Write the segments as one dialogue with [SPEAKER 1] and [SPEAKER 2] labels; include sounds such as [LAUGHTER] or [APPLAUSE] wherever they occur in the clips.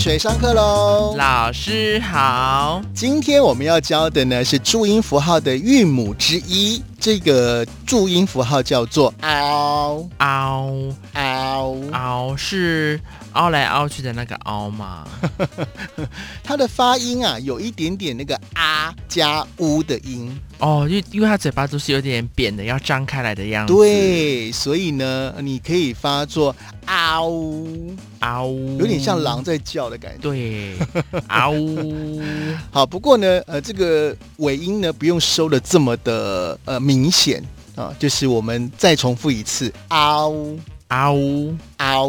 [SPEAKER 1] 水上课喽！
[SPEAKER 2] 老师好，
[SPEAKER 1] 今天我们要教的呢是注音符号的韵母之一，这个注音符号叫做凹
[SPEAKER 2] 嗷
[SPEAKER 1] 凹，
[SPEAKER 2] 嗷是凹来凹去的那个凹
[SPEAKER 1] [LAUGHS]
[SPEAKER 2] 嘛？
[SPEAKER 1] 它的发音啊有一点点那个啊加呜的音，
[SPEAKER 2] 哦，因为因为它嘴巴都是有点扁的，要张开来的样子。，
[SPEAKER 1] 对，所以呢你可以发作凹，
[SPEAKER 2] 嗷，
[SPEAKER 1] 有点像狼。在叫的感觉。 [LAUGHS]
[SPEAKER 2] 对，嗷，
[SPEAKER 1] 好，不过呢，呃，这个尾音呢不用收的这么的呃明显啊，就是我们再重复一次，凹
[SPEAKER 2] 嗷，
[SPEAKER 1] 凹，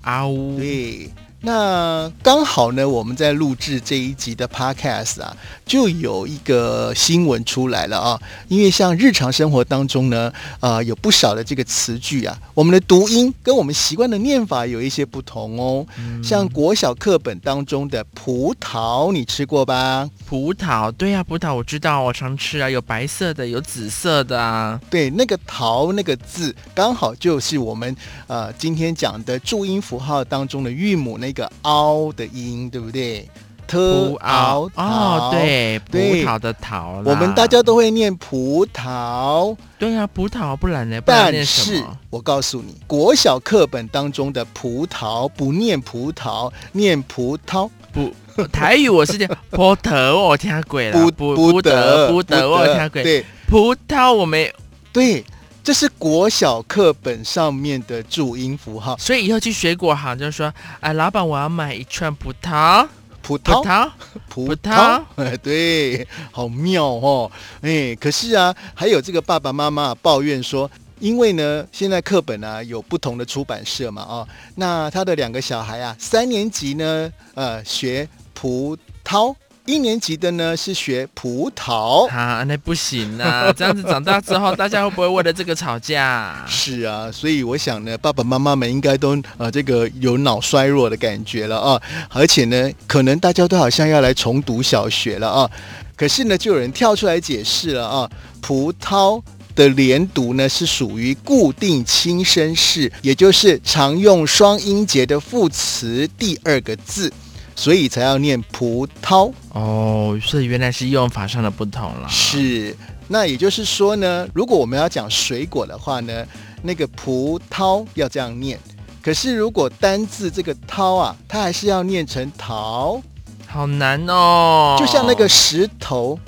[SPEAKER 2] 嗷，
[SPEAKER 1] 对。那刚好呢，我们在录制这一集的 podcast 啊，就有一个新闻出来了啊。因为像日常生活当中呢，啊，有不少的这个词句啊，我们的读音跟我们习惯的念法有一些不同哦。
[SPEAKER 2] 嗯
[SPEAKER 1] 像国小课本当中的葡萄，你吃过吧？
[SPEAKER 2] 葡萄，对啊呀、葡萄我知道，我常吃啊，有白色的，有紫色的啊。
[SPEAKER 1] 对，那个“桃”那个字，刚好就是我们呃今天讲的注音符号当中的韵母那个“凹”的音，对不对？
[SPEAKER 2] 葡
[SPEAKER 1] 特凹
[SPEAKER 2] 萄哦，，对，葡
[SPEAKER 1] 呃对
[SPEAKER 2] 萄的桃啦。
[SPEAKER 1] 桃我们大家都会念葡萄，
[SPEAKER 2] 对呀、葡萄，不然呢？不然
[SPEAKER 1] 但
[SPEAKER 2] 念什
[SPEAKER 1] 是
[SPEAKER 2] 么？
[SPEAKER 1] 我告诉你，国小课本当中的葡萄不念葡萄，念葡萄，
[SPEAKER 2] 不，台语我是
[SPEAKER 1] [LAUGHS]
[SPEAKER 2] 讲葡萄，我听鬼了，
[SPEAKER 1] 不
[SPEAKER 2] 不
[SPEAKER 1] 得
[SPEAKER 2] 不得，我听鬼。
[SPEAKER 1] 对
[SPEAKER 2] 葡萄我没，
[SPEAKER 1] 对，这是国小课本上面的注音符号，
[SPEAKER 2] 所以以后去水果行就说，哎，老板，我要买一串葡萄，
[SPEAKER 1] 葡
[SPEAKER 2] 葡
[SPEAKER 1] 萄。
[SPEAKER 2] 萄，
[SPEAKER 1] 葡萄
[SPEAKER 2] 葡萄，
[SPEAKER 1] [LAUGHS] 对，好妙哦，哎，可是啊，还有这个爸爸妈妈抱怨说。因为呢，现在课本啊有不同的出版社嘛，哦，那他的两个小孩啊，三年级呢，呃，学葡萄，一年级的呢是学葡萄。
[SPEAKER 2] 啊，那不行啊，这样子长大之后，大家会不会为了这个吵架？
[SPEAKER 1] 是啊，所以我想呢，爸爸妈妈们应该都呃这个有脑衰弱的感觉了啊，而且呢，可能大家都好像要来重读小学了啊。可是呢，就有人跳出来解释了啊，葡萄。的连读呢是属于固定清声式，也就是常用双音节的副词第二个字，所以才要念葡萄。
[SPEAKER 2] 哦，所以原来是用法上的不同了。
[SPEAKER 1] 是，那也就是说呢，如果我们要讲水果的话呢，那个葡萄要这样念。可是如果单字这个“涛”啊，它还是要念成“桃
[SPEAKER 2] 好难”，哦，
[SPEAKER 1] 就像那个石头，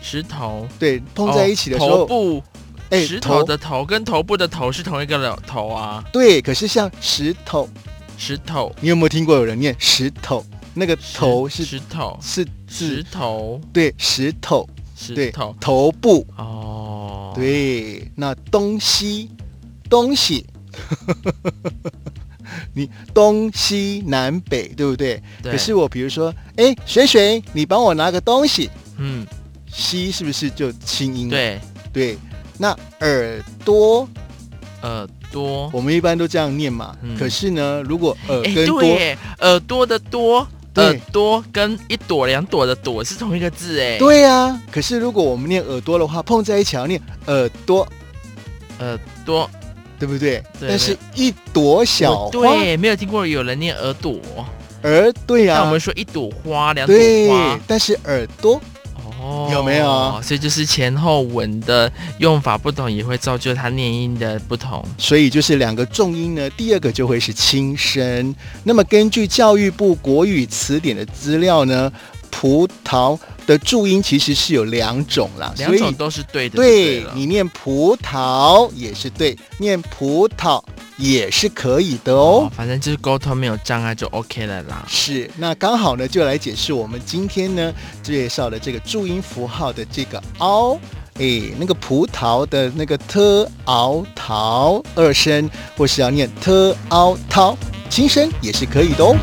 [SPEAKER 2] 石头
[SPEAKER 1] 对，碰在一起的时
[SPEAKER 2] 哦头
[SPEAKER 1] 候，
[SPEAKER 2] 部，
[SPEAKER 1] 哎、
[SPEAKER 2] 石头的头跟头部的头是同一个头啊，
[SPEAKER 1] 对。可是像石头，
[SPEAKER 2] 石头，
[SPEAKER 1] 你有没有听过有人念石头？那个“
[SPEAKER 2] 石
[SPEAKER 1] 头”是
[SPEAKER 2] 石头，
[SPEAKER 1] 是
[SPEAKER 2] 石
[SPEAKER 1] 是，
[SPEAKER 2] 头，
[SPEAKER 1] 对，石头，
[SPEAKER 2] 石
[SPEAKER 1] 对
[SPEAKER 2] 头，，
[SPEAKER 1] 头部，
[SPEAKER 2] 哦，，
[SPEAKER 1] 对，那东西，东西， [LAUGHS] 你东西南北，对不对？
[SPEAKER 2] 对
[SPEAKER 1] 可是我比如说，哎，水水，你帮我拿个东西，
[SPEAKER 2] 嗯，
[SPEAKER 1] 西是不是就清音？
[SPEAKER 2] 对，
[SPEAKER 1] 对那耳朵，
[SPEAKER 2] 耳朵，
[SPEAKER 1] 我们一般都这样念嘛。
[SPEAKER 2] 嗯
[SPEAKER 1] 可是呢，如果耳
[SPEAKER 2] 哎，
[SPEAKER 1] 跟多，
[SPEAKER 2] 对耶，耳朵的多，
[SPEAKER 1] 对
[SPEAKER 2] 耳朵跟一朵两朵的朵是同一个字，哎，，
[SPEAKER 1] 对呀、可是如果我们念耳朵的话，碰在一起要念耳朵，
[SPEAKER 2] 耳朵，
[SPEAKER 1] 对不对？
[SPEAKER 2] 对
[SPEAKER 1] 但是一朵小
[SPEAKER 2] 我
[SPEAKER 1] 花，啊
[SPEAKER 2] 对，没有听过有人念耳朵，
[SPEAKER 1] 耳对呀、
[SPEAKER 2] 那我们说一朵花，两朵
[SPEAKER 1] 对
[SPEAKER 2] 花，，
[SPEAKER 1] 但是耳朵。
[SPEAKER 2] 哦，
[SPEAKER 1] 有没有？
[SPEAKER 2] 所以就是前后文的用法不同，也会造就它念音的不同。
[SPEAKER 1] 所以就是两个重音呢，第二个就会是轻声。那么根据教育部国语词典的资料呢，葡萄的注音其实是有两种啦，
[SPEAKER 2] 两
[SPEAKER 1] 所
[SPEAKER 2] 种
[SPEAKER 1] 以
[SPEAKER 2] 都是对的就
[SPEAKER 1] 对
[SPEAKER 2] 了
[SPEAKER 1] 你念葡萄也是对，念葡萄也是可以的哦
[SPEAKER 2] 哦，反正就是沟通没有障碍就 OK 了啦。
[SPEAKER 1] 是，那刚好呢，就来解释我们今天呢介绍的这个注音符号的这个凹。诶，那个葡萄的那个 t ao 桃二声，或是要念 t ao 涛，轻声也是可以的哦。